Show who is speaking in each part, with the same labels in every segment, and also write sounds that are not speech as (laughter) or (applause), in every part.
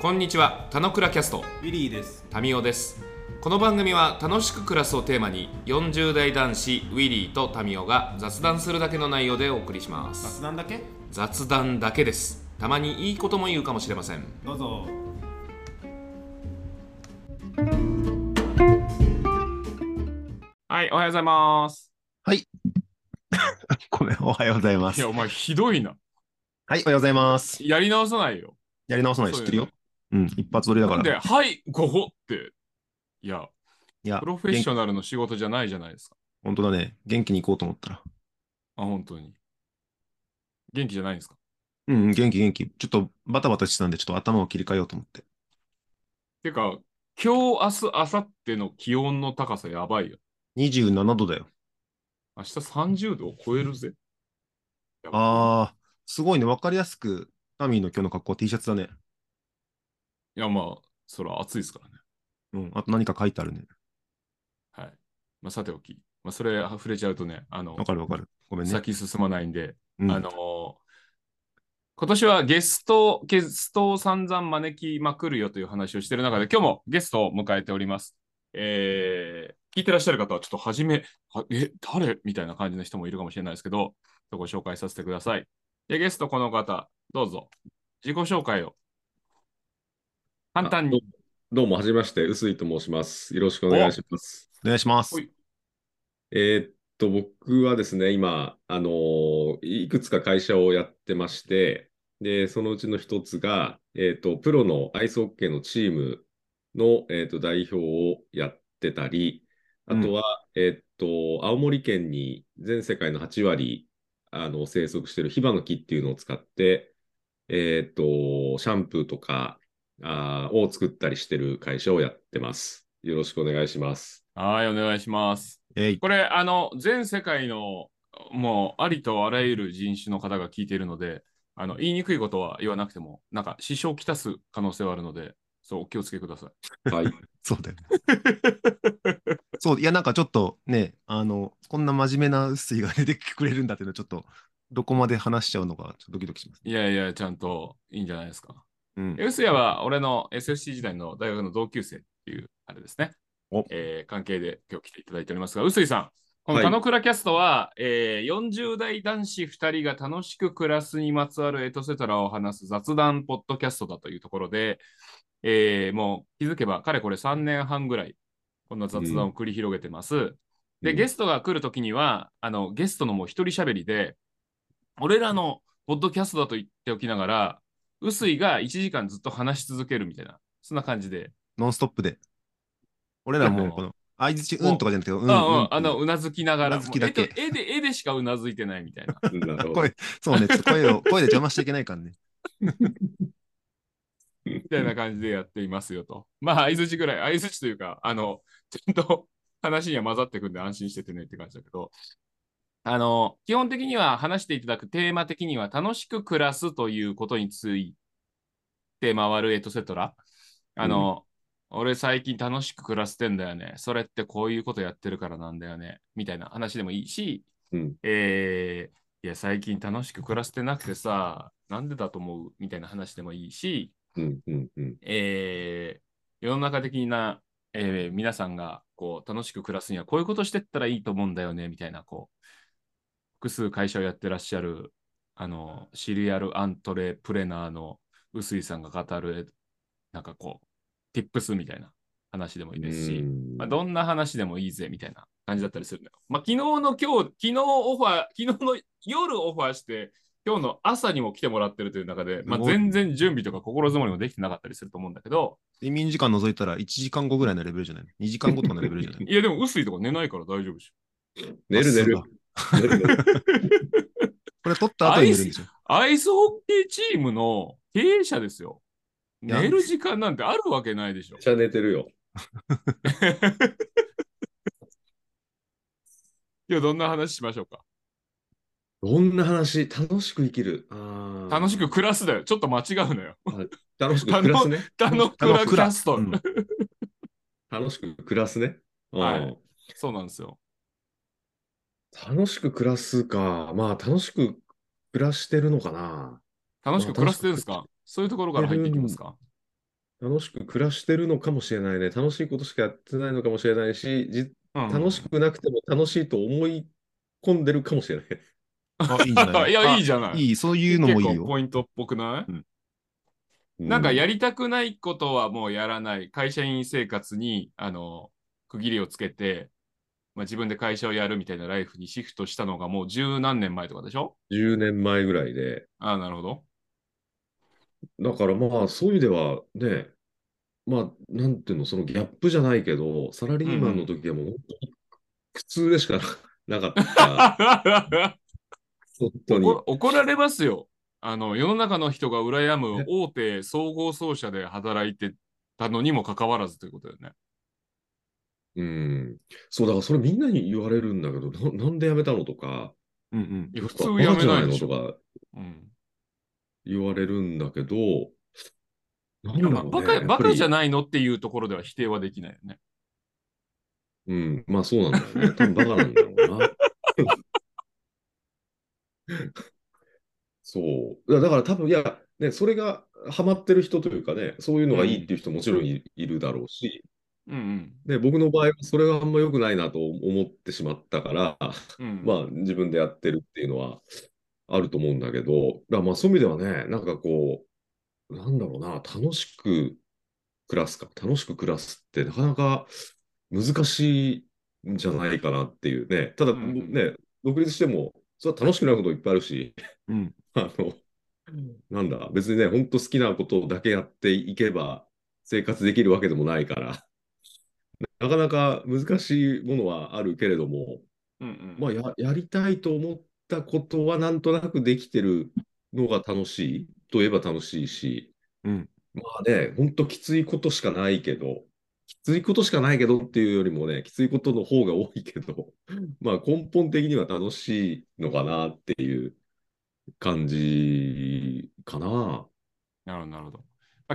Speaker 1: こんにちは、たのくらキャスト、
Speaker 2: ウィリーです。
Speaker 1: タミオです。この番組は楽しく暮らすをテーマに、40代男子ウィリーとタミオが雑談するだけの内容でお送りします。
Speaker 2: 雑談だけ
Speaker 1: 雑談だけです。たまにいいことも言うかもしれません。
Speaker 2: どうぞ。
Speaker 1: はい、おはようございます。
Speaker 3: ごめん、おはようございま
Speaker 1: い
Speaker 3: す。
Speaker 1: や、
Speaker 3: はい、
Speaker 1: お前ひどいな。
Speaker 3: おはようございます。
Speaker 1: やり直さないよ。
Speaker 3: やり直さない、知
Speaker 1: そうよ
Speaker 3: ってるよ。うん、一発撮りだか
Speaker 1: なんで、
Speaker 3: ら。
Speaker 1: はい、ごほって。いや、
Speaker 3: いや
Speaker 1: プ、ロフェッショナルの仕事じゃないじゃないですか。
Speaker 3: 本当だね。元気に行こうと思ったら。
Speaker 1: あ、本当に。元気じゃないんですか。っ
Speaker 3: うん、元気元気。ちょっとバタバタしてたんで、ちょっと頭を切り替えようと思って。
Speaker 1: てか、今日、明日、明後日の気温の高さやばいよ。
Speaker 3: 27度だよ。
Speaker 1: 明日30度を超えるぜ。
Speaker 3: あー、すごいね。わかりやすく、タミーの今日の格好は T シャツだね。
Speaker 1: いや、まあ、そら暑いですからね。
Speaker 3: うん、あと何か書いてあるね。
Speaker 1: はい。まあ、さておき。まあ、それ触れちゃうとね、あの
Speaker 3: わ、かるわかる。ごめんね。
Speaker 1: 先進まないんで、
Speaker 3: うん、
Speaker 1: あのー今年はゲスト、ゲストを散々招きまくるよという話をしている中で、今日もゲストを迎えております。えー聞いてらっしゃる方は、ちょっと初め、はえ、誰みたいな感じの人もいるかもしれないですけど、ご紹介させてください。で、ゲストこの方、どうぞ、自己紹介を。簡単に。
Speaker 4: どうも、はじめまして、臼井と申します。よろしくお願いします。
Speaker 3: お願いします
Speaker 1: ほい。
Speaker 4: えーっと、僕はですね、今、あのーいくつか会社をやってまして、で、そのうちの一つが、えーっと、プロのアイスホッケーのチームの、えーっと、代表をやってたり、あとは、えーっと、青森県に全世界の8割、あの、生息しているヒバの木っていうのを使って、えーっと、シャンプーとか、あーを作ったりしてる会社をやってます。よろしくお願いします。
Speaker 1: はい、お願いします。
Speaker 3: えい。
Speaker 1: これ、あの、全世界の、もう、ありとあらゆる人種の方が聞いているので、あの、言いにくいことは言わなくても、なんか、支障をきたす可能性はあるので、そう、お気をつけください。
Speaker 4: はい。
Speaker 3: そうだよ。そう、いや、なんかちょっとね、あの、こんな真面目な薄いが出てくれるんだっていうのは、ちょっと、どこまで話しちゃうのか、ちょっとドキドキします。
Speaker 1: いやいや、ちゃんといいんじゃないですか。
Speaker 3: うん。
Speaker 1: エウスヤは、俺の SFC 時代の大学の同級生っていう、あれですね。
Speaker 3: お
Speaker 1: えー関係で今日来ていただいておりますが、臼井さん、この
Speaker 4: はい
Speaker 1: 田野倉キャストは、えー40代男子2人が楽しく暮らすにまつわるエトセトラを話す雑談ポッドキャストだというところで、えーもう気づけば、かれこれ3年半ぐらい、この雑談を繰り広げてます。 (laughs) で、
Speaker 4: うん
Speaker 1: ゲストが来るときには、あの、ゲストのもう一人喋りで、俺らのポッドキャストだと言っておきながら、臼井が1時間ずっと話し続けるみたいな、そんな感じで、
Speaker 3: ノンストップで。俺らもう、この、相づち、うんとかじゃなくて、うん、うん。
Speaker 1: あうん、あの、うなずきながら、
Speaker 3: うなずきだけ
Speaker 1: もう絵で絵で絵でしかうなずいてないみたいな。
Speaker 4: なるほど。
Speaker 3: 声、そうね、ちょっと
Speaker 1: (laughs)
Speaker 3: 声を、声で邪魔しちゃいけないからね。
Speaker 1: みたいな感じでやっていますよと。まあ、相づちぐらい、相づちというか、あの、ちゃんと話には混ざってくんで安心しててねって感じだけど、あの、基本的には話していただくテーマ的には、楽しく暮らすということについて回るエトセトラ。あの、俺最近楽しく暮らしてんだよね。それってこういうことやってるからなんだよね。みたいな話でもいいし、
Speaker 4: うん
Speaker 1: えーいや、最近楽しく暮らしてなくてさ、なんでだと思うみたいな話でもいいし、
Speaker 4: うんうんうん
Speaker 1: えー世の中的な、えー皆さんがこう楽しく暮らすにはこういうことしてったらいいと思うんだよねみたいなこう複数会社をやってらっしゃるあのシリアルアントレプレナーの臼井さんが語るなんかこう tips みたいな話でもいいですし、
Speaker 4: うん
Speaker 1: まあ、どんな話でもいいぜみたいな感じだったりするのよ。まあ、昨日の今日、昨日オファー、昨日の夜オファーして、今日の朝にも来てもらってるという中で、まあ、
Speaker 3: すごい
Speaker 1: 全然準備とか心づもりもできてなかったりすると思うんだけど、
Speaker 3: 睡眠時間除いたら1時間後ぐらいのレベルじゃない ?2 時間後とかのレベルじゃない
Speaker 1: いやでも薄いとか寝ないから大丈夫でしょ。
Speaker 4: 寝る寝る
Speaker 3: あ。
Speaker 4: 寝る寝る
Speaker 3: これ取った後に寝るんでしょ
Speaker 1: アイスホッケーチームの経営者ですよ。
Speaker 3: や
Speaker 1: 寝る時間なんてあるわけないでしょ
Speaker 4: めっ。ちゃ寝てるよ。
Speaker 1: 今日どんな話しましょうか。
Speaker 4: どんな話楽しく生きる。あー
Speaker 1: 楽しく。暮らすだよ。ちょっと間違うのよ。
Speaker 4: 楽しく暮らすね。
Speaker 1: あのク
Speaker 3: あの
Speaker 1: ラキャスト。
Speaker 3: うん
Speaker 4: 楽しく暮らすね。うん
Speaker 1: はいそうなんですよ。
Speaker 4: 楽しく暮らすか。まあ、楽しく暮らしてるのかな。
Speaker 1: 楽しく暮らしてるんですかそういうところから入っていきますか
Speaker 4: 楽しく暮らしてるのかもしれないね。楽しいことしかやってないのかもしれないし、じ
Speaker 1: うん
Speaker 4: 楽しくなくても楽しいと思い込んでるかもしれない。
Speaker 3: あ、いいんじゃ
Speaker 1: (laughs)
Speaker 3: ない
Speaker 1: いや
Speaker 3: あ
Speaker 1: いいじゃない
Speaker 3: いい、そういうのもいい
Speaker 1: 結構
Speaker 3: よ。
Speaker 1: ポイントっぽくない、
Speaker 4: う
Speaker 1: なんかやりたくないことはもうやらない。会社員生活に、あの、区切りをつけて、まあ、自分で会社をやるみたいなライフにシフトしたのがもう十何年前とかでしょ
Speaker 4: 10年前ぐらいで。
Speaker 1: ああ、なるほど。
Speaker 4: だからまあ、そういう意味ではね、まあ、なんていうの、そのギャップじゃないけど、サラリーマンの時はもう本当に苦痛でしかななか
Speaker 1: (laughs)
Speaker 4: った。本当に。
Speaker 1: 怒怒られますよ。あの、世の中の人が羨む大手総合奏者で働いてたのにもかかわらずということだよね。
Speaker 4: うん。そう、だからそれみんなに言われるんだけど、な、なんで辞めたのとか、
Speaker 3: うんうん
Speaker 1: い。や普通
Speaker 4: バ
Speaker 1: や
Speaker 4: カ
Speaker 1: め
Speaker 4: じゃ
Speaker 1: な
Speaker 4: ない
Speaker 1: いで
Speaker 4: の
Speaker 1: し
Speaker 4: と
Speaker 1: ょ。
Speaker 4: か
Speaker 1: うん。
Speaker 4: 言われるんだけど、なんだ
Speaker 1: まあ
Speaker 4: ろう
Speaker 1: バ
Speaker 4: ね。
Speaker 1: カ、
Speaker 4: やっ
Speaker 1: バ
Speaker 4: ぱ
Speaker 1: カ
Speaker 4: り
Speaker 1: じゃないのっていうところでは否定はできないよね。
Speaker 4: うん、まあそうなんだよね。多分バカなんだろうな。そう。だだから多分、いや、ね、それがハマってる人というかね、そういうのがいいっていう人もちろんい、いるだろうし、
Speaker 1: うん
Speaker 4: ね、僕の場合はそれはあんま良くないなと思ってしまったから、
Speaker 1: うん。うん、
Speaker 4: まあ自分でやってるっていうのはあると思うんだけど、だからまあそういう意味ではね、なんかこう、なんだろうな、楽しく暮らすか、楽しく暮らすってなかなか難しいんじゃないかなっていうね、ただ、
Speaker 1: うんうん
Speaker 4: ね、独立しても、それは楽しくないこといっぱいあるし、 (laughs)
Speaker 3: うん。
Speaker 4: あの、なんだ、別にね、本当好きなことだけやっていけば生活できるわけでもないから、なかなか難しいものはあるけれども、
Speaker 1: うんうん、
Speaker 4: まあ、や、やりたいと思ったことはなんとなくできてるのが楽しいといえば楽しいし、
Speaker 3: うん
Speaker 4: まあね、ほんときついことしかないけど、きついことしかないけどっていうよりもね、きついことの方が多いけど、 (laughs) まあ根本的には楽しいのかなっていう感じかな。
Speaker 1: なるほど、なるほど。ま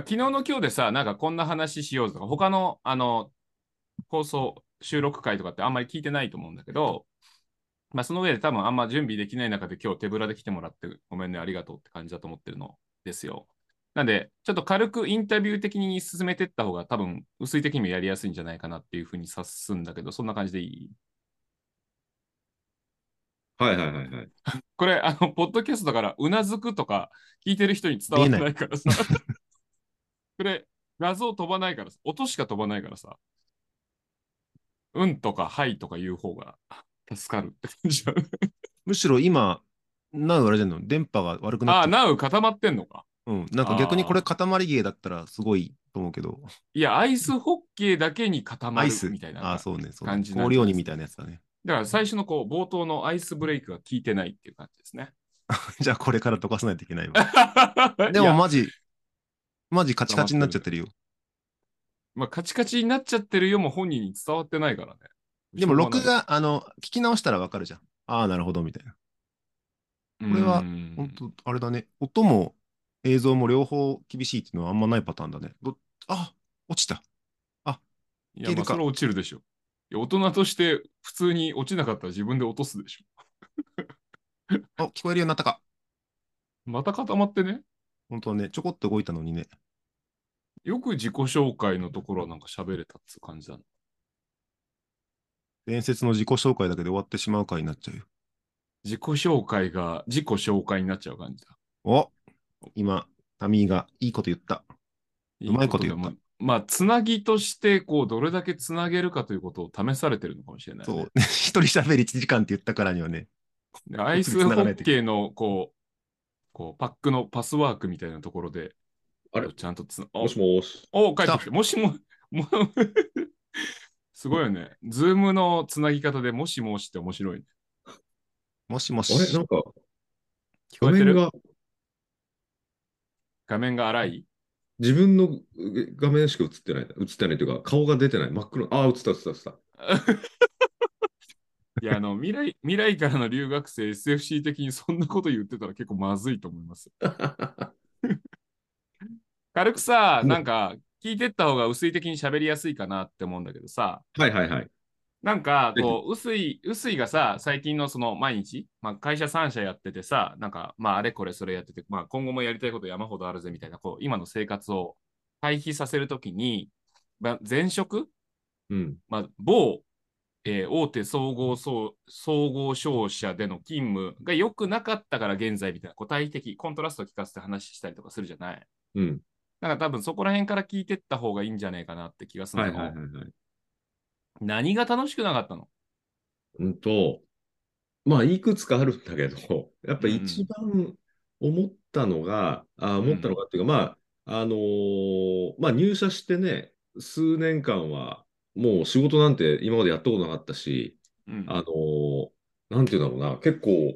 Speaker 1: あ、昨日の今日でさ、なんかこんな話しようとか、他のあの放送、収録会とかってあんまり聞いてないと思うんだけど、まあ、その上で多分あんま準備できない中で今日手ぶらで来てもらってごめんね、ありがとうって感じだと思ってるのですよ。なんで、ちょっと軽くインタビュー的に進めていった方が多分、薄い的にもやりやすいんじゃないかなっていうふうに察すんだけど、そんな感じでいい
Speaker 4: はいはいはいはい。
Speaker 1: これ、あの、ポッドキャストだから、うなずくとか聞いてる人に伝わらないからさ。 (laughs) これ、画像飛ばないからさ、音しか飛ばないからさ。うんとか、はいとか言う方が助かるって感じだね。
Speaker 3: むしろ今、なうあれじゃんの電波が悪くなっ
Speaker 1: ああ、
Speaker 3: てる。
Speaker 1: なう固まってんのか。
Speaker 3: うん。なんか逆に
Speaker 1: あー
Speaker 3: これ塊芸だったらすごいと思うけど、
Speaker 1: いや、アイスホッケーだけに固ま
Speaker 3: ア
Speaker 1: る
Speaker 3: イス
Speaker 1: みたい。な。
Speaker 3: あーそうね。そう
Speaker 1: 感
Speaker 3: ね
Speaker 1: じなんじゃない
Speaker 3: 氷鬼みたいなやつだね。 (laughs)
Speaker 1: だから最初のこう冒頭のアイスブレイクが効いてないっていう感じですね。
Speaker 3: じゃあこれから溶かさないといけないわ。でも
Speaker 1: ま、
Speaker 3: マジ、マジカチカチになっちゃってるよ。
Speaker 1: まあ、カチカチになっちゃってるよも本人に伝わってないからね。
Speaker 3: でも録
Speaker 1: しょ
Speaker 3: 画、あの、聞き直したらわかるじゃん。ああ、なるほど、みたいな。
Speaker 1: うがない、
Speaker 3: これは
Speaker 1: うん
Speaker 3: 本当あれだね。音も映像も両方厳しいっていうのはあんまないパターンだね。どあ落ちた。
Speaker 1: い
Speaker 3: い
Speaker 1: や、
Speaker 3: け
Speaker 1: ま
Speaker 3: る
Speaker 1: あ、
Speaker 3: か
Speaker 1: それは落ちるでしょ。いや、大人として普通に落ちなかったら自分で落とすでしょ。
Speaker 3: あ、聞こえるようになったか。
Speaker 1: また固まってね。
Speaker 3: 本当ね、ちょこっと動いたのにね。
Speaker 1: よく自己紹介のところはなんか喋れたっつう感じだな。
Speaker 3: 伝説の自己紹介だけで終わってしまう回になっちゃうよ。
Speaker 1: 自己紹介が自己紹介になっちゃう感じだ。
Speaker 3: お今、タミーがいいこと言った。うまいこと言った
Speaker 1: でもまあ、つなぎとして、こう、どれだけつなげるかということを試されてるのかもしれない、
Speaker 3: そう。。 (laughs) 一人喋り1時間って言ったからにはね。
Speaker 1: でアイスホッケーの、こう、こうパックのパスワークみたいなところで、
Speaker 4: あれ
Speaker 1: ちゃんとつな、あ
Speaker 4: もしもし。
Speaker 1: お、帰ってきた。もしも、 (laughs) もすごいよね。ズームのつなぎ方でもしもしって面白いね。
Speaker 3: もしも
Speaker 4: あれ
Speaker 3: し
Speaker 4: な。んか
Speaker 1: 聞こえて
Speaker 4: 画面
Speaker 1: る
Speaker 4: が、
Speaker 1: 画面が荒い
Speaker 4: 自分のえ画面しか映ってない。映ってないというか、顔が出てない。真っ黒。ああ、映った映った映った。
Speaker 1: いや、あの、 (laughs) 未来、未来からの留学生 SFC 的にそんなこと言ってたら結構まずいと思います。
Speaker 4: (laughs)
Speaker 1: 軽くさ、
Speaker 4: うん
Speaker 1: なんか、聞いてった方が薄い的に喋りやすいかなって思うんだけどさ、
Speaker 4: はいはいはい。
Speaker 1: なん
Speaker 4: (laughs)
Speaker 1: か、こう、薄い、薄いがさ、最近のその毎日、まあ、会社3社やっててさ、なんか、まあ、あれこれそれやってて、まあ、今後もやりたいこと山ほどあるぜみたいな、こう、今の生活を対比させるときに、まあ、前職、
Speaker 4: うん。
Speaker 1: まあ、某、えー大手総合総総合商社での勤務が良くなかったから現在みたいな、具体的、コントラストを聞かせて話したりとかするじゃない。
Speaker 4: うん。
Speaker 1: だから多分そこら辺から聞いてった方がいいんじゃないかなって気がする
Speaker 4: は
Speaker 1: ん
Speaker 4: い
Speaker 1: だけど、
Speaker 4: はいはいはい。
Speaker 1: 何が楽しくなかったの
Speaker 4: うんと、まあ、いくつかあるんだけど、 (laughs) やっぱ一番思ったのが、あ思ったのがっていうか、まあ、あのーまあ、入社してね、数年間は、もう仕事なんて今までやったことなかったし、
Speaker 1: うん
Speaker 4: あのーなんていうんだろうな、結構、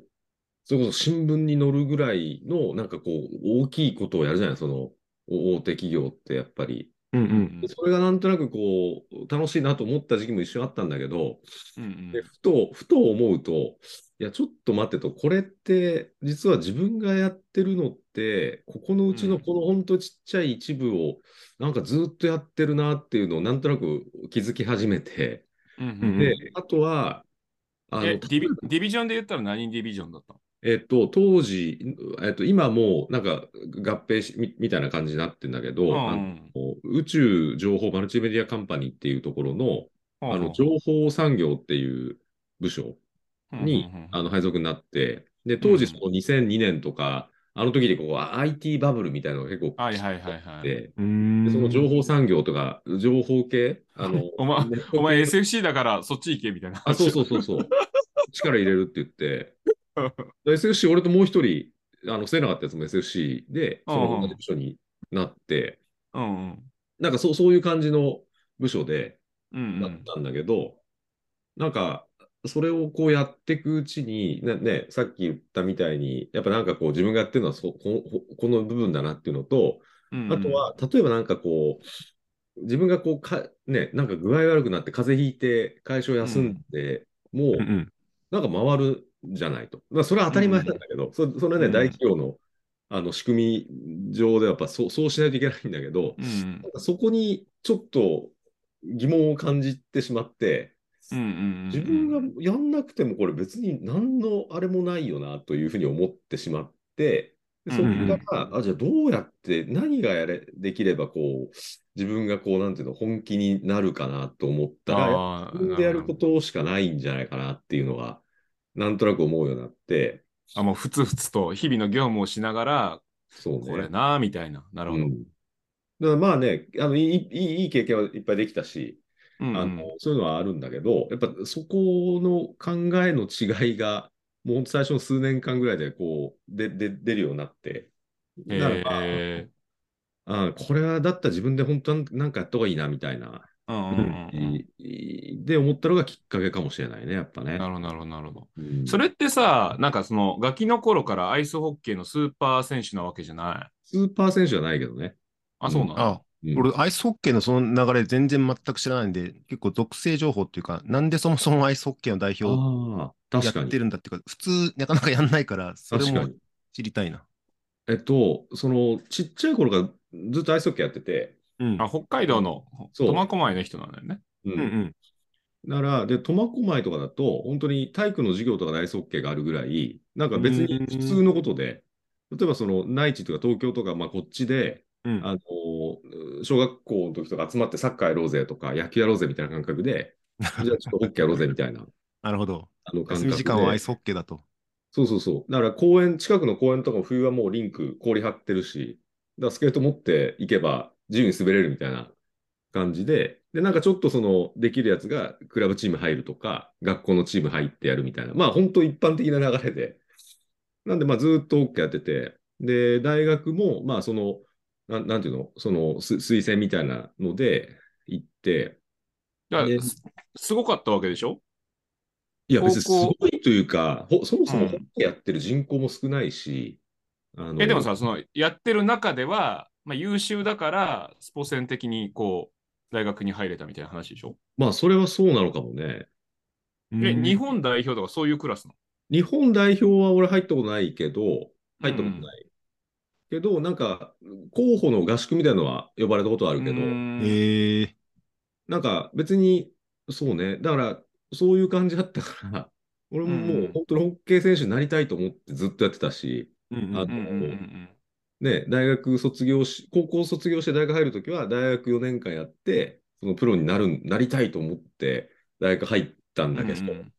Speaker 4: それこそ新聞に載るぐらいの、なんかこう、大きいことをやるじゃない、その、お大手企業ってやっぱり。
Speaker 3: うんう。
Speaker 1: うんん
Speaker 4: でそれがなんとなくこう、楽しいなと思った時期も一瞬あったんだけど、
Speaker 1: うんうん
Speaker 4: で、ふと、ふと思うと、いや、ちょっと待ってと、これって、実は自分がやってるのって、ここのうち
Speaker 1: う
Speaker 4: の
Speaker 1: ん
Speaker 4: このほんとちっちゃい一部を、なんかずっとやってるなっていうのを、なんとなく気づき始めて、
Speaker 1: うんうん
Speaker 3: うん
Speaker 4: で、あとは、あの、
Speaker 1: えディビディビジョンで言ったら何ディビジョンだったの
Speaker 4: えっと、当時、えっと、今もうなんか合併しみ、みたいな感じになってんだけど、あの
Speaker 1: ん
Speaker 4: 宇宙情報マルチメディアカンパニーっていうところの、あの情報産業っていう部署に
Speaker 1: うんうんうん
Speaker 4: あの配属になって、で、当時その2002年とか、あの時でここは IT バブルみたいなのが結構
Speaker 1: はいはいはいはい。
Speaker 4: で、
Speaker 3: う
Speaker 4: で
Speaker 3: ん
Speaker 4: その情報産業とか、情報系、
Speaker 1: (laughs)
Speaker 4: あの
Speaker 1: お前
Speaker 4: ネット系
Speaker 1: お前 SFC だからそっち行けみたいな。
Speaker 4: あ、そうそうそうそう。力入れるって
Speaker 1: (laughs)
Speaker 4: 言って。SFC、俺ともう一人、あの、せなかったやつも SFC で、そ
Speaker 1: うんう
Speaker 4: の
Speaker 1: ん
Speaker 4: 同じ部署になって、
Speaker 1: うんうん。
Speaker 4: なんかそうそういう感じの部署で、
Speaker 1: うん
Speaker 4: だ
Speaker 1: う
Speaker 4: っ
Speaker 1: ん。
Speaker 4: たんだけど、なんか、それをこうやっていくうちに、ねね、さっき言ったみたいに、やっぱなんかこう自分がやってるのはそこここの部分だなっていうのと、
Speaker 1: うんうん
Speaker 4: あと、は、例えばなんかこう、自分がこうか、ね、なんか具合悪くなって風邪ひいて、会社を休んで、も
Speaker 3: うん
Speaker 4: う
Speaker 3: うん。
Speaker 4: なんか回るじゃないと。まあ、それは当たり前なんだけど、そそれはね、
Speaker 1: うん
Speaker 4: 大企業のあの仕組み上ではやっぱそうそうしないといけないんだけど、
Speaker 1: うんうん
Speaker 4: なんかそこにちょっと疑問を感じてしまって、
Speaker 1: うんうんうん。
Speaker 4: 自分がやんなくてもこれ別に何のあれもないよなというふうに思ってしまって、でそこから、あ、じゃあどうやって、何がやれ、できればこう、自分がこう、なんていうの、本気になるかなと思ったら、
Speaker 1: あー
Speaker 4: 自分でやるこ
Speaker 1: なほど
Speaker 4: としかないんじゃないかなっていうのが、なんとなく思うようになって、
Speaker 1: あ、もうふつふつと日々の業務をしながら、
Speaker 4: そうね。
Speaker 1: これな、みたいな。なるほ
Speaker 4: う
Speaker 1: ど。
Speaker 4: んだからまあね、あのいいいいいい経験はいっぱいできたし、
Speaker 1: うん
Speaker 4: あ
Speaker 1: う
Speaker 4: の
Speaker 1: ん
Speaker 4: そういうのはあるんだけど、やっぱそこの考えの違いが、もう本当最初の数年間ぐらいでこうでで出るようになって、
Speaker 1: へ
Speaker 4: だからまあ
Speaker 1: え
Speaker 4: あこれはだったら自分で本当はなんかやった方がいいなみたいな、
Speaker 1: うんうんうん
Speaker 4: いいで思ったのがきっかけかもしれないね、やっぱ
Speaker 1: うん。
Speaker 4: ね
Speaker 1: な。るほど、なるほど、なるほど。
Speaker 4: うん
Speaker 1: それってさ、なんかその、ガキの頃からアイスホッケーのスーパー選手なわけじゃない。
Speaker 4: スーパー選手じゃないけどね。
Speaker 1: あ、そうなの、
Speaker 3: あ、
Speaker 4: うん
Speaker 3: 俺、アイスホッケーのその流れ全然全く知らないんで、結構属性情報っていうか、なんでそもそもアイスホッケーの代表を
Speaker 4: ああ、
Speaker 3: や
Speaker 4: 確か
Speaker 3: っ
Speaker 4: に
Speaker 3: て。るんだっていうか、普通なかなかやんないから、それ
Speaker 4: 確か
Speaker 3: も
Speaker 4: に。
Speaker 3: 知りたいな。
Speaker 4: えっと、その、ちっちゃい頃からずっとアイスホッケーやってて、
Speaker 3: うん
Speaker 1: あ、北海道の
Speaker 4: そう
Speaker 1: 苫小牧の人なんだよね。
Speaker 4: うん
Speaker 3: うんうん。
Speaker 4: なら、で、苫小牧とかだと、本当に体育の授業とかでアイスホッケーがあるぐらい、なんか別に普通のことで、例えばその内地とか東京とか、まあこっちで、
Speaker 3: うん (laughs)
Speaker 4: あの小学校の時とか集まってサッカーやろうぜとか、野球やろうぜみたいな感覚で、じゃあちょっとホッケーやろうぜみたいな、
Speaker 3: なるほど。
Speaker 4: あの感
Speaker 3: 休
Speaker 4: 覚
Speaker 3: み
Speaker 4: で。
Speaker 3: 時間はアイスホッケーだと。
Speaker 4: そうそうそう。だから公園、近くの公園とかも冬はもうリンク、氷張ってるし、だからスケート持って行けば自由に滑れるみたいな感じで、で、なんかちょっとその、できるやつがクラブチーム入るとか、学校のチーム入ってやるみたいな、まあ本当一般的な流れで。なんでまあずっと OK やってて、で、大学もまあその、なん、なんていうの、そのす推薦みたいなので行って、
Speaker 1: だから
Speaker 4: ね
Speaker 1: すすごかったわけでしょ
Speaker 4: いや、別にす
Speaker 1: 高校
Speaker 4: ごいというか、ほそもそも
Speaker 1: うん
Speaker 4: ホッケーやってる人口も少ないし、あの
Speaker 1: えでもさ、そのやってる中では、まあ、優秀だから、スポ選的にこう大学に入れたみたいな話でしょ、
Speaker 4: まあ、それはそうなのかもね。
Speaker 1: え
Speaker 3: うん
Speaker 1: 日本代表とかそういうクラスの
Speaker 4: 日本代表は俺入ったことないけど、入ったこと
Speaker 1: うんうん
Speaker 4: ない。けど、なんか、候補の合宿みたいなのは呼ばれたことあ
Speaker 1: あ
Speaker 4: るけど、
Speaker 3: ええ
Speaker 4: なんか別に、そうね、だから、そういう感じだったから、 (laughs) 俺もも
Speaker 1: うんう
Speaker 4: うん本当にホッケー選手になりたいと思ってずっとやってたし、
Speaker 3: うんうん
Speaker 4: あ
Speaker 1: うんうんうん
Speaker 4: ね、大学卒業し、高校卒業して大学入るときは、大学4年間やって、そのプロになるん、なりたいと思って、大学入ったんだけど、
Speaker 1: うん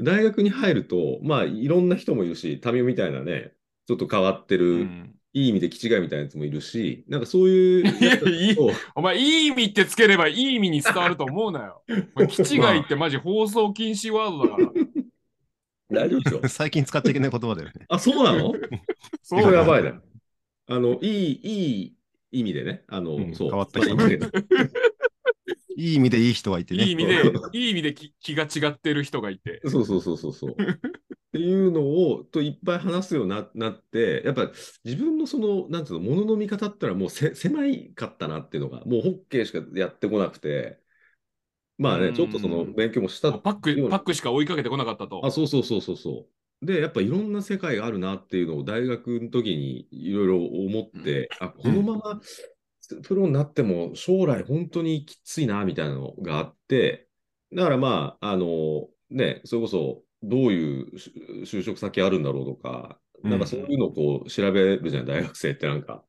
Speaker 4: 大学に入ると、まあ、いろんな人もいるし、民生みたいなね、ちょっと変わって
Speaker 1: う
Speaker 4: る、
Speaker 1: ん
Speaker 4: いい意味で気違いみたいなやつもいるし、なんかそういうやつ
Speaker 3: (laughs)
Speaker 1: いやいい
Speaker 4: を
Speaker 1: お前、いい意味ってつければいい意味に伝わると思うな
Speaker 4: (laughs)
Speaker 1: よ。お前気違いってマジ放送禁止ワードだから。
Speaker 4: 大丈夫でし
Speaker 3: (laughs)
Speaker 4: ょ
Speaker 3: 最近使っちゃいけない言葉だよね。
Speaker 4: あ、そうなの
Speaker 1: そ
Speaker 4: これやばい
Speaker 1: だ
Speaker 4: ね。あの、いい、いい意味でね。あの、
Speaker 3: うん
Speaker 4: そう。
Speaker 3: 変わった人
Speaker 4: まあいい意味で
Speaker 3: いい意味でいい人はいてね。
Speaker 1: いい意味で、いい意味で気気が違ってる人がいて。
Speaker 4: そうそうそうそうそう。っていうのを、といっぱい話すようにななって、やっぱ自分のその、なんていうの、ものの見方ったらもうせ狭いかったなっていうのが、もうホッケーしかやってこなくて、まあ
Speaker 1: う
Speaker 4: ね、
Speaker 1: ん
Speaker 4: ちょっとその勉強もした
Speaker 1: パック、パックしか追いかけてこなかったと
Speaker 4: あ、。そうそうそうそうそう。で、やっぱいろんな世界があるなっていうのを大学の時にいろいろ思って、あ、このままプロになっても将来本当にきついなみたいなのがあって、だからまあ、あの、ね、それこそどういうし就職先あるんだろうとか、なんかそういうのをこう調べるじゃん、大学生ってなんか。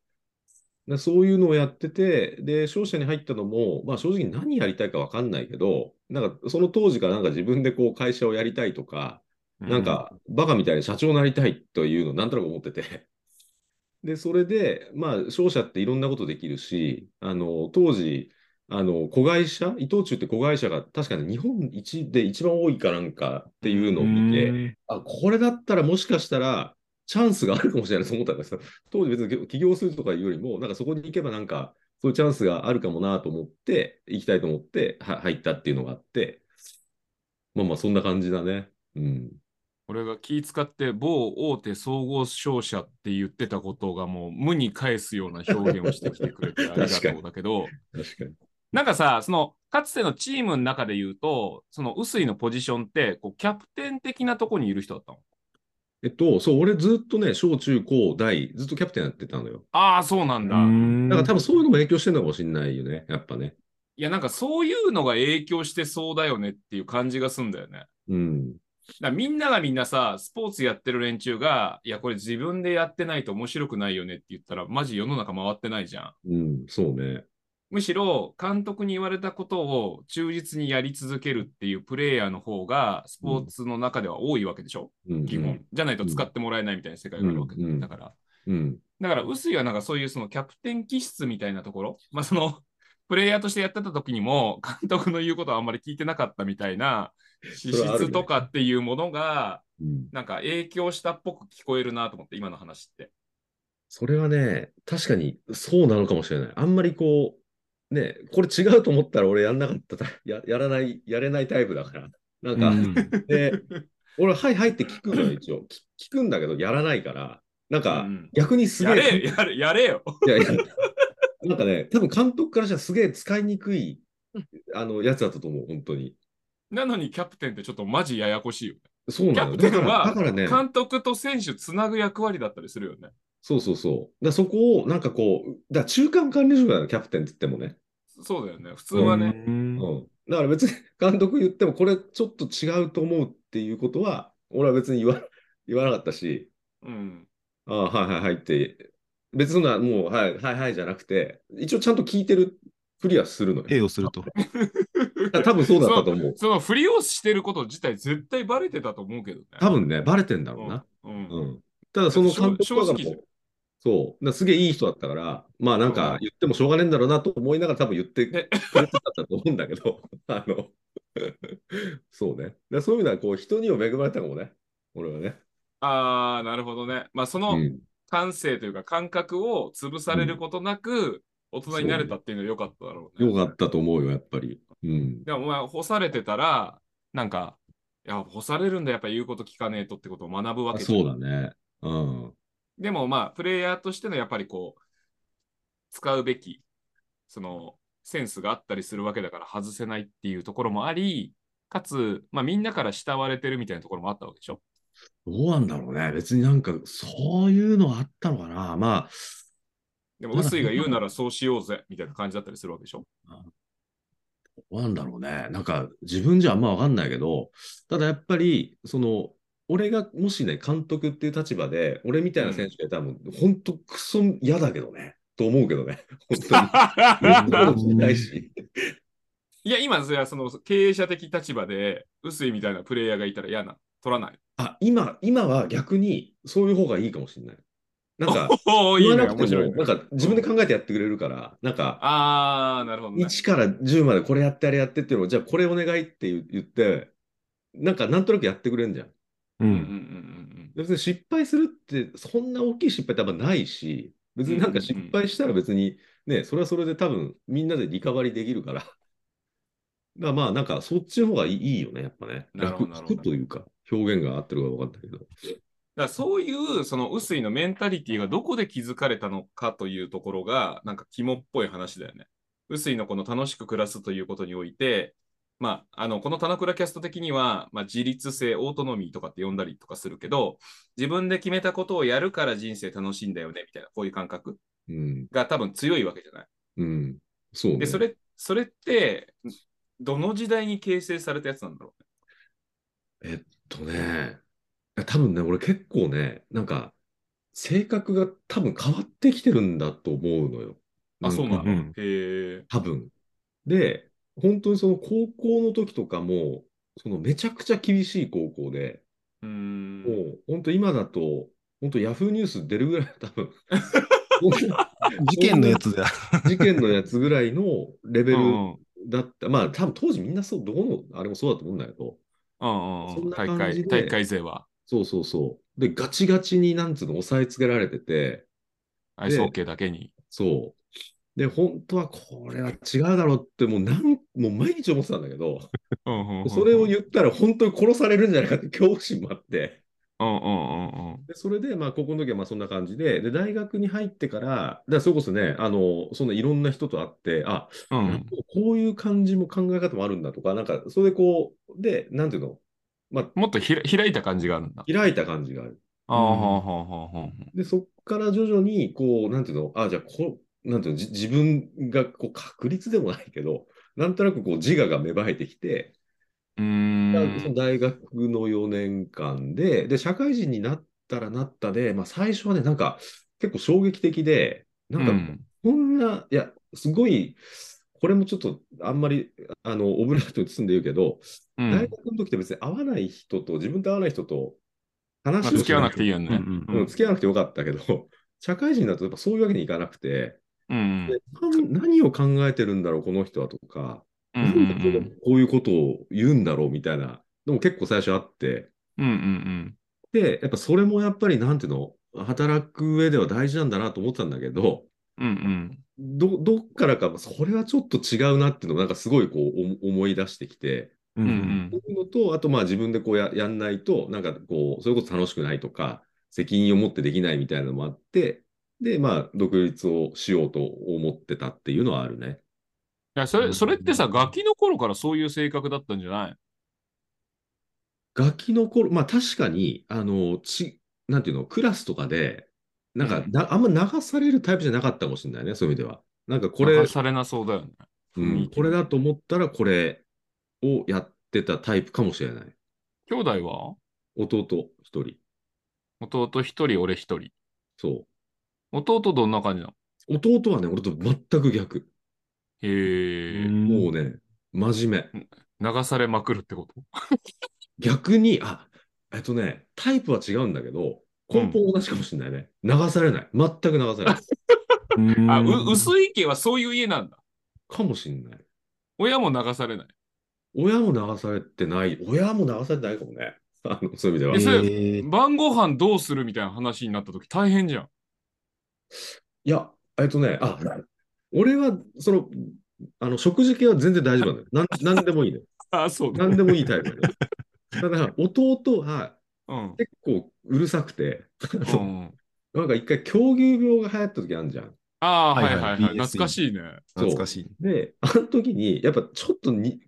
Speaker 4: でそういうのをやってて、で、商社に入ったのも、まあ正直何やりたいか分かんないけど、なんかその当時からなんか自分でこう会社をやりたいとか、なんかバカみたいに社長になりたいというのをなんとなく思ってて。 (laughs) で、それで、まあ商社っていろんなことできるし、あの、当時、あの、子会社、伊藤忠って子会社が確かに日本一で一番多いかなんかっていうのを見て、あ、これだったらもしかしたらチャンスがあるかもしれないと思ったんですよ。当時別に起業するとかいうよりも、なんかそこに行けばなんかそういうチャンスがあるかもなと思って、行きたいと思っては入ったっていうのがあって、まあまあそんな感じだね。うん。
Speaker 1: 俺が気使って某大手総合商社って言ってたことがもう無に返すような表現をしてきてくれて (laughs) ありがとうだけど、
Speaker 4: 確かに。
Speaker 1: なんかさ、その、かつてのチームの中で言うと、その、臼井のポジションって、こう、キャプテン的なとこにいる人だったの
Speaker 4: えっと、そう、俺ずっとね、小中高大、ずっとキャプテンやってたのよ。
Speaker 1: ああ、そうなんだ。
Speaker 4: だから多分そういうのも影響してるのかもしれないよね、やっぱね。
Speaker 1: いや、なんかそういうのが影響してそうだよねっていう感じがすんだよね。
Speaker 4: うん。
Speaker 1: だからみんながみんなさ、スポーツやってる連中が、いや、これ自分でやってないと面白くないよねって言ったら、マジ世の中回ってないじゃん。
Speaker 4: うん、そうね。
Speaker 1: むしろ、監督に言われたことを忠実にやり続けるっていうプレイヤーの方が、スポーツの中では多いわけでしょ、
Speaker 4: うん、
Speaker 1: 基本。じゃないと使ってもらえないみたいな世界があるわけ
Speaker 4: うん
Speaker 1: だから。
Speaker 4: うん。
Speaker 1: だから、臼井はなんかそういうそのキャプテン気質みたいなところ、まあその、プレイヤーとしてやってた時にも、 (laughs) 監督の言うことはあんまり聞いてなかったみたいな、資
Speaker 4: それはあるね
Speaker 1: 質とかっていうものが、
Speaker 4: うん
Speaker 1: なんか影響したっぽく聞こえるなと思って、今の話って。
Speaker 4: それはね、確かにそうなのかもしれない。あんまりこう、ね、これ違うと思ったら俺やんなかったタ (laughs) イや、やらない、やれないタイプだから。なんか、で、俺、はいはいって聞くのよ、一応。き聞くんだけど、やらないから、なんか、
Speaker 1: うん
Speaker 4: 逆に (laughs) すげ
Speaker 1: や
Speaker 4: え、
Speaker 1: れ、やれ、やれよ。
Speaker 4: いやいや、なんかね、多分監督からしたらすげえ使いにくい、あの、やつだったと思う、本当に。
Speaker 1: なのにキャプテンってちょっとマジややこしいよね。
Speaker 4: そうなのよ。
Speaker 1: キャプテン
Speaker 4: だから
Speaker 1: は
Speaker 4: だからね、
Speaker 1: 監督と選手つなぐ役割だったりするよね。
Speaker 4: そうそうそう。だからそこを、なんかこう、だから中間管理職なの、キャプテンって言ってもね。
Speaker 1: そうだよね。普通はね。
Speaker 4: うん、だから別に (laughs) 監督言ってもこれちょっと違うと思うっていうことは俺は別に言わ (laughs) 言わなかったし
Speaker 1: うん。
Speaker 4: ああはいはいはいって別のなもうはいはいはいじゃなくて一応ちゃんと聞いてるふりはするのよ。
Speaker 3: A をすると。
Speaker 4: 多分そうだったと思う。
Speaker 1: その振りをしてること自体絶対バレてたと思うけどね。
Speaker 4: 多分ねバレてんだろうな。
Speaker 1: うん。うん
Speaker 4: うん、ただその監督と
Speaker 1: 正
Speaker 4: か
Speaker 1: 直じゃん
Speaker 4: もそうだからすげえいい人だったからまあなんか言ってもしょうがねえんだろうなと思いながら多分言ってくれ
Speaker 1: で
Speaker 4: てたんだと思うんだけど (laughs) あのそうねだからそういうのはこう人にも恵まれたかもね俺はね。
Speaker 1: ああ、なるほどね。まあ、その
Speaker 4: うん
Speaker 1: 感性というか感覚を潰されることなく、大人になれたっていうのは良かっただろうね。
Speaker 4: よかったと思うよ、やっぱり。うん。
Speaker 1: でも、お前、干されてたら、なんか、いや、干されるんだ、やっぱり言うこと聞かねえとってことを学ぶわけじゃん
Speaker 4: そうだね。うん。
Speaker 1: でも、まあ、プレイヤーとしてのやっぱりこう、使うべき、その、センスがあったりするわけだから外せないっていうところもあり、かつ、まあ、みんなから慕われてるみたいなところもあったわけでしょ。
Speaker 4: どうなんだろうね。別になんか、そういうのあったのかな。ま
Speaker 1: でも、臼井が言うならそうしよう
Speaker 4: (laughs)
Speaker 1: ぜ、みたいな感じだったりするわけでしょ。
Speaker 4: あ、どうなんだろうね。なんか、自分じゃあんまわかんないけど、ただやっぱり、その、俺がもしね、監督っていう立場で、俺みたいな選手がいたら、もう、本当クソ嫌だけどね、と思うけどね、 (laughs) 本当
Speaker 1: (laughs)
Speaker 4: に。ないし。
Speaker 1: いや、今、それはその経営者的立場で、薄いみたいなプレイヤーがいたら嫌な、取らない。
Speaker 4: あ、今、今は逆に、そういう方がいいかもしれない。なんか、
Speaker 1: お (laughs) お、いい
Speaker 4: 言わ
Speaker 1: ね、
Speaker 4: なくて
Speaker 1: 面白い、
Speaker 4: も、
Speaker 1: ね。
Speaker 4: なんか、自分で考えてやってくれるから、なんか、
Speaker 1: あー、なるほどね。
Speaker 4: 1から10までこれやってあれやってっていうのを、じゃあこれお願いって言言って、なんかなんとなくやってくれるんじゃん。
Speaker 3: う
Speaker 1: うんうんうん
Speaker 3: ん。
Speaker 1: うん
Speaker 4: 別に失敗するって、そんな大きい失敗ってあんまないし、別になんか失敗したら別に、ね、それはそれで多分みんなでリカバリーできるから。だからまあなんかそっちの方がいいいいよね、やっぱね。
Speaker 1: なるほ
Speaker 4: 楽
Speaker 1: どなるほど
Speaker 4: 楽というか、表現が合ってるか分かんないけど。
Speaker 1: だからそういうその臼井のメンタリティがどこで築かれたのかというところがなんか肝っぽい話だよね。臼井のこの楽しく暮らすということにおいて、まあ、あのこの棚倉キャスト的には、まあ、自立性オートノミーとかって呼んだりとかするけど自分で決めたことをやるから人生楽しいんだよねみたいなこういう感覚
Speaker 4: うん、
Speaker 1: が多分強いわけじゃない。
Speaker 4: うん、そうね。
Speaker 1: でそれそれってどの時代に形成されたやつなんだろうね。
Speaker 4: えっとね、多分ね、俺結構ね、なんか、性格が多分変わってきてるんだと思うのよ。
Speaker 1: あそうなん
Speaker 4: か
Speaker 1: だ。
Speaker 3: うん
Speaker 1: へえ。
Speaker 4: 多分。で、本当にその高校の時とかも、そのめちゃくちゃ厳しい高校で、
Speaker 1: うーん
Speaker 4: もう本当今だと、本当ヤフーニュース出るぐらい
Speaker 1: (laughs)
Speaker 4: 多分、
Speaker 3: 事件のやつだ。
Speaker 4: 事件のやつぐらいのレベ
Speaker 1: う
Speaker 4: ル
Speaker 1: んうん
Speaker 4: だった。まあ多分当時みんなそう、どこのあれもそうだと思うんだけど、
Speaker 1: うんうん
Speaker 4: そ
Speaker 1: うんん、
Speaker 4: な
Speaker 1: 大
Speaker 4: 感
Speaker 1: 会、
Speaker 4: じで
Speaker 1: 大会勢は。
Speaker 4: そうそうそう。で、ガチガチになんつうの押さえつけられてて、
Speaker 1: アイスホッケーだけに。
Speaker 4: そう。で、本当はこれは違うだろうって、もうなん、もう毎日思ってたんだけど、
Speaker 1: うんうんうんうん
Speaker 4: それを言ったら本当に殺されるんじゃないかって恐怖心もあって、
Speaker 1: うんうんうんうん。
Speaker 4: でそれで、まあ、高校の時はまあそんな感じで、で、大学に入ってから、だからそれこそね、あの、そんないろんな人と会って、あ、
Speaker 1: うん
Speaker 4: こういう感じも考え方もあるんだとか、なんか、それでこう、で、なんていうの、まあ、
Speaker 1: もっとひら開いた感じがあるんだ。
Speaker 4: 開いた感じがある。
Speaker 1: ああ、ほうほうほうほうほう
Speaker 4: で、そっから徐々に、こう、なんていうの、あ、じゃあ、こう、なんていうの、じ自分が、こう、確率でもないけど、なんとなくこう自我が芽生えてきて、
Speaker 1: うーん。
Speaker 4: その大学の4年間で、で、社会人になったらなったで、まあ、最初はね、なんか、結構衝撃的で、なん
Speaker 1: う
Speaker 4: か、
Speaker 1: ん
Speaker 4: こんな、いや、すごい、これもちょっと、あんまり、あの、オブラートに包んで言うけど、
Speaker 1: うん
Speaker 4: 大学の時って別に会わない人と、自分と会わない人と、話
Speaker 1: まあ
Speaker 4: をし
Speaker 1: 付き合わなくていいよ
Speaker 3: うんう
Speaker 1: ね。
Speaker 3: ん
Speaker 1: うん
Speaker 4: うん、付き合わなくてよかったけど、 (laughs) 社会人だとやっぱそういうわけにいかなくて、
Speaker 1: うん
Speaker 4: でなん何を考えてるんだろう、この人はとか、
Speaker 1: うんう
Speaker 4: なんでこ
Speaker 1: ん
Speaker 4: うこういうことを言うんだろうみたいな、でも結構最初あって、
Speaker 1: うんうんうん
Speaker 4: で、やっぱそれもやっぱり、なんていうの、働く上では大事なんだなと思ってたんだけど、
Speaker 1: うんうん
Speaker 4: どどっからか、それはちょっと違うなっていうのを、なんかすごいこうお思い出してきて、
Speaker 3: う
Speaker 1: うん
Speaker 3: ん
Speaker 1: うん
Speaker 4: そういうのと、あとまあ自分でこうややんないと、なんかこう、それこそ楽しくないとか、責任を持ってできないみたいなのもあって、で、まあ、独立をしようと思ってたっていうのはあるね。
Speaker 1: いやそれそれってさ、ガキの頃からそういう性格だったんじゃない
Speaker 4: ガキの頃、まあ確かに、あの、ち、なんていうの、クラスとかで、なんか
Speaker 1: うん
Speaker 4: な、あんま流されるタイプじゃなかったかもしれないね、そういう意味では。なんかこれ、
Speaker 1: 流されなそうだよね。
Speaker 4: うんこれだと思ったら、これをやってたタイプかもしれない。
Speaker 1: 兄弟は
Speaker 4: 弟一人。
Speaker 1: 弟一人、俺一人。
Speaker 4: そ
Speaker 1: 弟どんな感じなの
Speaker 4: う。弟はね、俺と全く逆。
Speaker 1: へえ、
Speaker 4: もうね、真面目。
Speaker 1: 流されまくるってこと
Speaker 4: 逆に、あ、えっとね、タイプは違うんだけど、根本同じかもしれないね。流されない。全く流さ
Speaker 1: (laughs)
Speaker 4: れない。
Speaker 3: うん
Speaker 1: あ、う、薄い家はそういう家なんだ。
Speaker 4: かもしれない。
Speaker 1: 親も流されない。
Speaker 4: 親も流されてない。親も流されてないかもね。あのそういう意
Speaker 1: え
Speaker 4: 味
Speaker 1: そ
Speaker 4: では。
Speaker 1: れ
Speaker 3: えー
Speaker 1: 晩ご飯どうするみたいな話になった時大変じゃん。
Speaker 4: いや、えっとね、あ、俺は、その、あの食事系は全然大丈夫なんだよ。なんなんでもいいね。
Speaker 1: あ、そう
Speaker 4: なんでもいいタイプだよ。ただ、弟は
Speaker 1: うん。
Speaker 4: 結構うるさくて、
Speaker 1: うん、
Speaker 4: なんか一回、狂牛病が流行った時あるじゃん。
Speaker 1: ああー、は
Speaker 3: はいい
Speaker 1: は
Speaker 3: はいい
Speaker 1: はい。
Speaker 3: BSE
Speaker 1: 懐かしいね。
Speaker 3: 懐かしい。
Speaker 4: で、あの時に、やっぱちょっとに、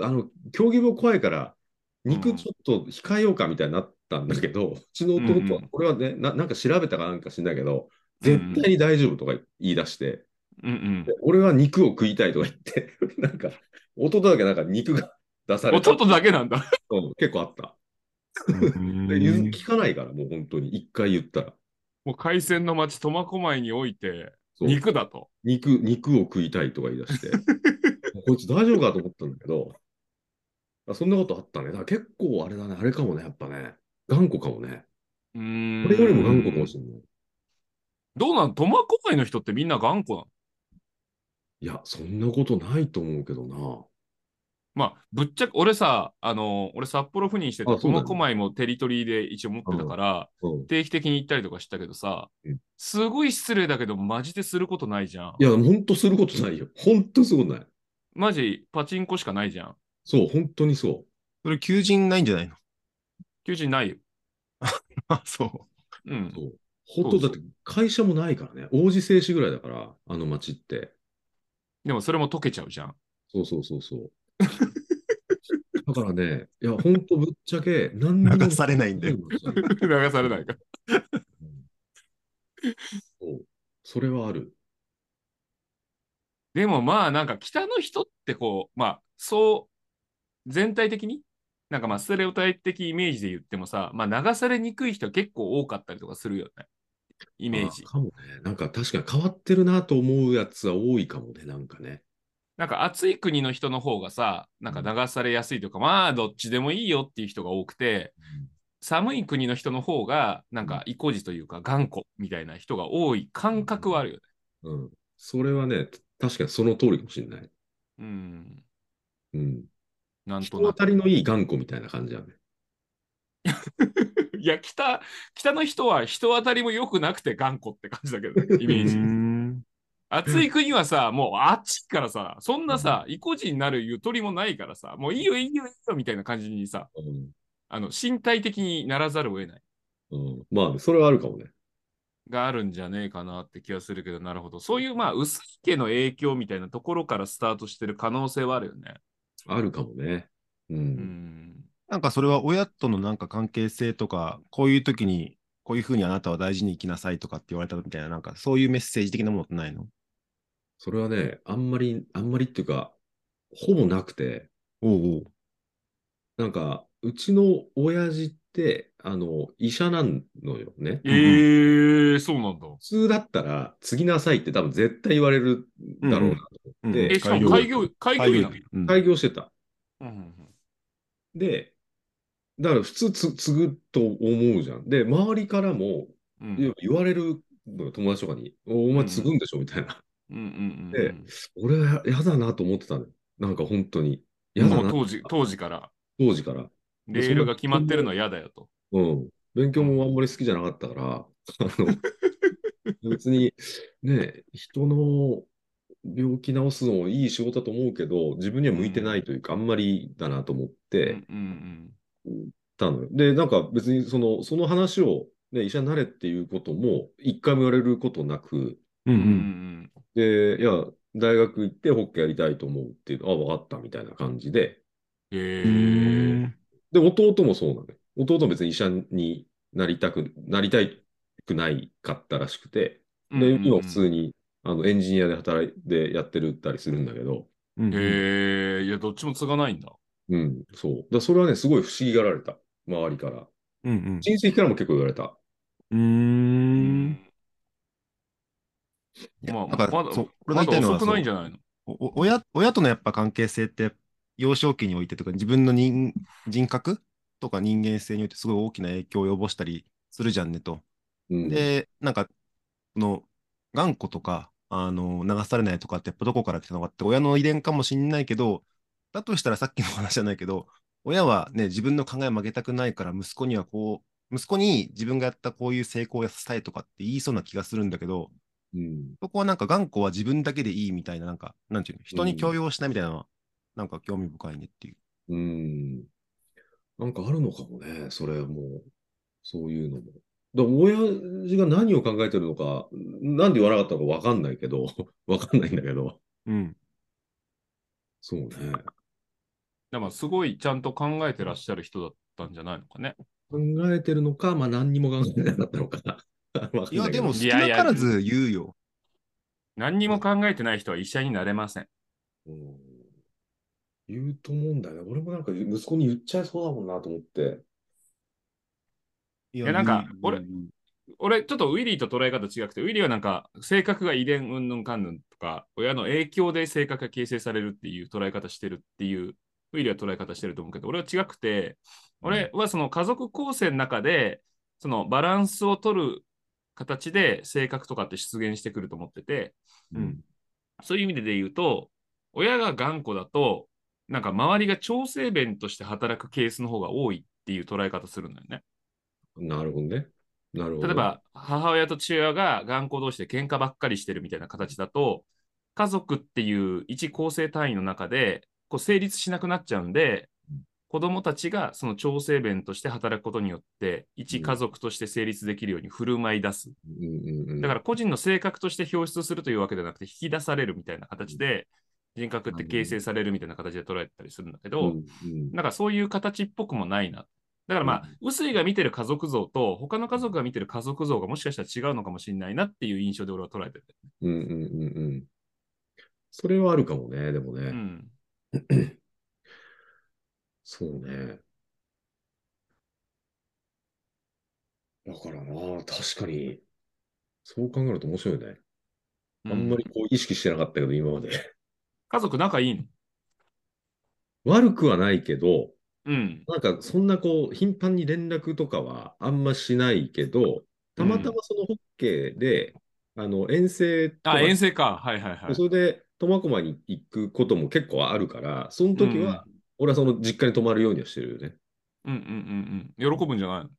Speaker 4: あの、狂牛病怖いから、肉ちょっと控えようかみたいになったんだけど、うちの弟
Speaker 1: う
Speaker 4: は
Speaker 1: んうん、
Speaker 4: これはねな、なんか調べたかなんか知んないけど、絶対に大丈夫とか言い出して、
Speaker 1: うんうん
Speaker 4: で。俺は肉を食いたいとか言って、 (laughs) なんか、弟だけなんか肉が出された
Speaker 1: 弟だけなんだ。
Speaker 4: うん結構あった。で譲聞かないから、もう本当に、一回言ったら。
Speaker 1: もう海鮮の町、苫小牧において、
Speaker 4: そう
Speaker 1: 肉だと。
Speaker 4: 肉、肉を食いたいとか言い出して、こいつ大丈夫かと思ったんだけど、あそんなことあったね。だから結構あれだね、あれかもね、やっぱね。頑固かもね。
Speaker 1: うーん
Speaker 4: これよりも頑固かもしれない。
Speaker 1: どうなん苫小牧の人ってみんな頑固なの
Speaker 4: いや、そんなことないと思うけどな。
Speaker 1: まあ、ぶっちゃけ、俺さ、あの、俺札幌赴任してて、
Speaker 4: あそうだよ
Speaker 1: 苫
Speaker 4: ね
Speaker 1: 小牧もテリトリーで一応持ってたから、
Speaker 4: うん
Speaker 1: 定期的に行ったりとかしたけどさ
Speaker 4: うん、
Speaker 1: すごい失礼だけど、マジですることないじゃん
Speaker 4: い。や、本当することないよ。本当することない。
Speaker 1: マジ、パチンコしかないじゃん。
Speaker 4: そう、本当にそう。
Speaker 3: それ求人ないんじゃないの (laughs)
Speaker 1: 求人ないよ。
Speaker 3: あ、そう。
Speaker 1: うん。
Speaker 4: そう本
Speaker 1: そ
Speaker 4: 当
Speaker 1: うそ
Speaker 4: だ
Speaker 1: う
Speaker 4: って会社もないからね。王子製紙ぐらいだから、あの町って。
Speaker 1: でもそれも溶けちゃうじゃん。
Speaker 4: そうそうそうそう。だからね、いや、本当ぶっちゃけ、何にも
Speaker 3: 流されないんだよ。
Speaker 1: (laughs) 流されないから。
Speaker 4: うんそう。それはある。
Speaker 1: でもまあ、なんか北の人ってこう、まあ、そう、全体的に、なんかまあ、ステレオタイプ的イメージで言ってもさ、まあ、流されにくい人結構多かったりとかするよね。イメージ
Speaker 4: あ。かもね。なんか確かに変わってるなと思うやつは多いかもね、なんかね。
Speaker 1: なんか暑い国の人の方がさ、なんか流されやすいとか、まあどっちでもいいよっていう人が多くて、寒い国の人の方が、なんか意固地というか頑固みたいな人が多い感覚はあるよね。
Speaker 4: うん。それはね、確かにその通りかもしれない。
Speaker 1: うん。
Speaker 4: うん。
Speaker 1: なんと
Speaker 4: 人当
Speaker 1: な
Speaker 4: た
Speaker 1: く。
Speaker 4: りのいい頑固みたいな感じだね。
Speaker 1: いや、北、北の人は人当たりも良くなくて頑固って感じだけど
Speaker 4: (laughs)
Speaker 1: ね、イメー
Speaker 3: うー
Speaker 1: ジ。
Speaker 3: ん
Speaker 1: 暑い国はさ、もう暑いからさ、そんなさ、意固地になるゆとりもないからさ、もういいよいいよいいよみたいな感じにさ、
Speaker 4: うん。
Speaker 1: あの、身体的にならざるを得ない。
Speaker 4: うん、まあね、それはあるかもね。
Speaker 1: があるんじゃねえかなって気がするけど、なるほど。そういう、まあ、薄い家の影響みたいなところからスタートしてる可能性はあるよね。
Speaker 4: あるかもね。うん。
Speaker 1: うん。
Speaker 3: なんかそれは親とのなんか関係性とか、こういう時に、こういうふうにあなたは大事に生きなさいとかって言われたみたいな、なんかそういうメッセージ的なものってないの
Speaker 4: それはね、あんまり、あんまりっていうか、ほぼなくて、
Speaker 3: おうおう。
Speaker 4: なんか、うちの親父って、あの、医者なんのよね。
Speaker 1: えー、そうなんだ。
Speaker 4: 普通だったら、継ぎなさいって多分絶対言われるだろうなと思って、
Speaker 3: うんうん
Speaker 1: え、しかも開業、開業医なんだ。
Speaker 3: うん
Speaker 4: 開業してた。
Speaker 1: うんうん
Speaker 4: で、だから普通つ継ぐと思うじゃん。で、周りからも
Speaker 1: う
Speaker 4: いや
Speaker 1: ん。
Speaker 4: 言われるのよ、友達とかに、おお前継ぐんでしょみたいな。
Speaker 1: うんうん
Speaker 4: で (laughs) 俺はやだなと思ってたのよ。なんか本当に。
Speaker 1: うん。
Speaker 4: やだ
Speaker 1: もう
Speaker 4: な、
Speaker 1: 当時、当時から、
Speaker 4: 当時から。
Speaker 1: レールが決まってるのは嫌だよと。
Speaker 4: うん。勉強もあんまり好きじゃなかった (laughs) から、あの、別に、ね、人の病気治すのもいい仕事だと思うけど、自分には向いてないというか、あんまりだなと思っ
Speaker 1: うん
Speaker 4: て
Speaker 1: うん
Speaker 4: たのよ。で、なんか別にその、その話を、ね、医者になれっていうことも、一回も言われることなく、
Speaker 3: う
Speaker 1: う
Speaker 3: う
Speaker 1: んん。うんうん
Speaker 3: ん
Speaker 4: で、いや、大学行ってホッケーやりたいと思うっていうの、あ、分かったみたいな感じで、
Speaker 1: うん。え
Speaker 3: う
Speaker 1: ー。
Speaker 3: ん。
Speaker 4: で、弟もそうなのよ。弟も別に医者になりたく、なりたくないかったらしくて、
Speaker 1: うんうん
Speaker 4: で、
Speaker 1: うん
Speaker 4: 今普通にあのエンジニアで働いてやってるったりするんだけど、
Speaker 3: うん
Speaker 1: えー、いや、どっちも継がないんだ。
Speaker 4: うん、そう。だからそれはね、すごい不思議がられた、周りから。
Speaker 3: うん
Speaker 4: 親戚からも結構言われた。
Speaker 3: う。。
Speaker 1: うん
Speaker 3: いや
Speaker 1: ま
Speaker 3: な
Speaker 1: あ、ま
Speaker 3: んか
Speaker 1: だ、
Speaker 3: そう俺が言
Speaker 1: ま
Speaker 3: いた
Speaker 1: だ
Speaker 3: いのは
Speaker 1: 遅くないんじゃないの
Speaker 3: おお親親とのやっぱ関係性って幼少期においてとか自分の人人格とか人間性においてすごい大きな影響を及ぼしたりするじゃんねと。
Speaker 4: うん、
Speaker 3: でなんかこの頑固とかあの流されないとかってやっぱどこから来たのかって親の遺伝かもしんないけどだとしたらさっきの話じゃないけど親はね自分の考え曲げたくないから息子にはこう息子に自分がやったこういう成功をさせたいとかって言いそうな気がするんだけど
Speaker 4: うん、
Speaker 3: そこはなんか頑固は自分だけでいいみたいな、なんか、なんていうの、人に強要しないみたいなのは、なんか興味深いねっていう。
Speaker 4: うん。なんかあるのかもね、それも。そういうのも。だから親父が何を考えてるのか、なんで言わなかったのかわかんないけど、 (laughs) わかんないんだけど。
Speaker 3: うん。
Speaker 4: そうね。
Speaker 1: でもすごいちゃんと考えてらっしゃる人だったんじゃないのかね。
Speaker 4: 考えてるのか、まあ何にも考えてなかったのか。 (laughs) わかんないけど
Speaker 3: や、でも
Speaker 1: い
Speaker 3: 少
Speaker 1: や
Speaker 3: ない
Speaker 1: や
Speaker 3: からず言うよ。
Speaker 1: 何にも考えてない人は医者になれません。
Speaker 4: うん言うと思うんだよね。俺もなんか息子に言っちゃいそうだもんなと思って。
Speaker 3: い
Speaker 1: いやなんか
Speaker 3: いい
Speaker 1: 俺
Speaker 3: うん
Speaker 1: 俺、ちょっとウィリーと捉え方違くて、ウィリーはなんか、性格が遺伝うんぬんかんぬんとか、親の影響で性格が形成されるっていう捉え方してるっていう、ウィリーは捉え方してると思うけど、俺は違くて、俺はその家族構成の中で、そのバランスを取る形で性格とかって出現してくると思ってて、
Speaker 3: うん
Speaker 1: そういう意味でで言うと、親が頑固だと、なんか周りが調整弁として働くケースの方が多いっていう捉え方するんだよね。
Speaker 4: なるほどね。なるほど。
Speaker 1: 例え、ば母親と父親が頑固同士で喧嘩ばっかりしてるみたいな形だと家族っていう一構成単位の中でこう成立しなくなっちゃうんで子供たちがその調整弁として働くことによって一家族として成立できるように振る舞い出す
Speaker 4: うんうんうん、
Speaker 1: だから個人の性格として表出するというわけではなくて引き出されるみたいな形で人格って形成されるみたいな形で捉えたりするんだけど、
Speaker 4: うんうん
Speaker 1: なんかそういう形っぽくもないな。だからまあ、臼井が見てる家族像と、他の家族が見てる家族像がもしかしたら違うのかもしれないなっていう印象で俺は捉えてる。
Speaker 4: うんうんうんうん。それはあるかもね、でもね。
Speaker 1: うん。
Speaker 4: そうね。だからな、確かに、そう考えると面白いね。あんまりこう意識してなかったけど、今まで。 (laughs)
Speaker 1: 家族仲いいの
Speaker 4: 悪くはないけど、
Speaker 1: うん。
Speaker 4: なんかそんなこう、頻繁に連絡とかはあんましないけど、たまたまそのホッケーで、あの遠征と
Speaker 1: あ、
Speaker 4: か
Speaker 1: 遠征か。はいはいはい。
Speaker 4: それで苫小牧に行くことも結構あるから、その時は、俺はその実家に泊まるようにはしてるよね。
Speaker 1: うんうんうんうん。喜ぶんじゃないの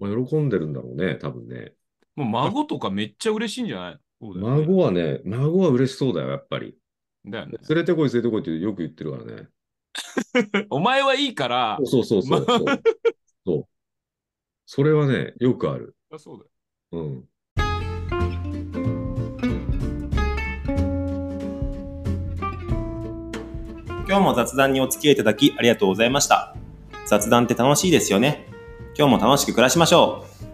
Speaker 4: まあ、喜んでるんだろうね、多分ね。
Speaker 1: もう孫とかめっちゃ嬉しいんじゃないのそうだよね
Speaker 4: 孫はね、孫は嬉しそうだよ、やっぱり。
Speaker 1: だよね。
Speaker 4: 連れてこい、連れてこいってよく言ってるからね。
Speaker 1: お前はいいから、
Speaker 4: そうそうそう
Speaker 1: (laughs)
Speaker 4: そう。そうそうそれはね、よくある。
Speaker 1: あそうだよ。
Speaker 4: うん。
Speaker 2: 今日も雑談にお付き合いいただきありがとうございました。雑談って楽しいですよね。今日も楽しく暮らしましょう。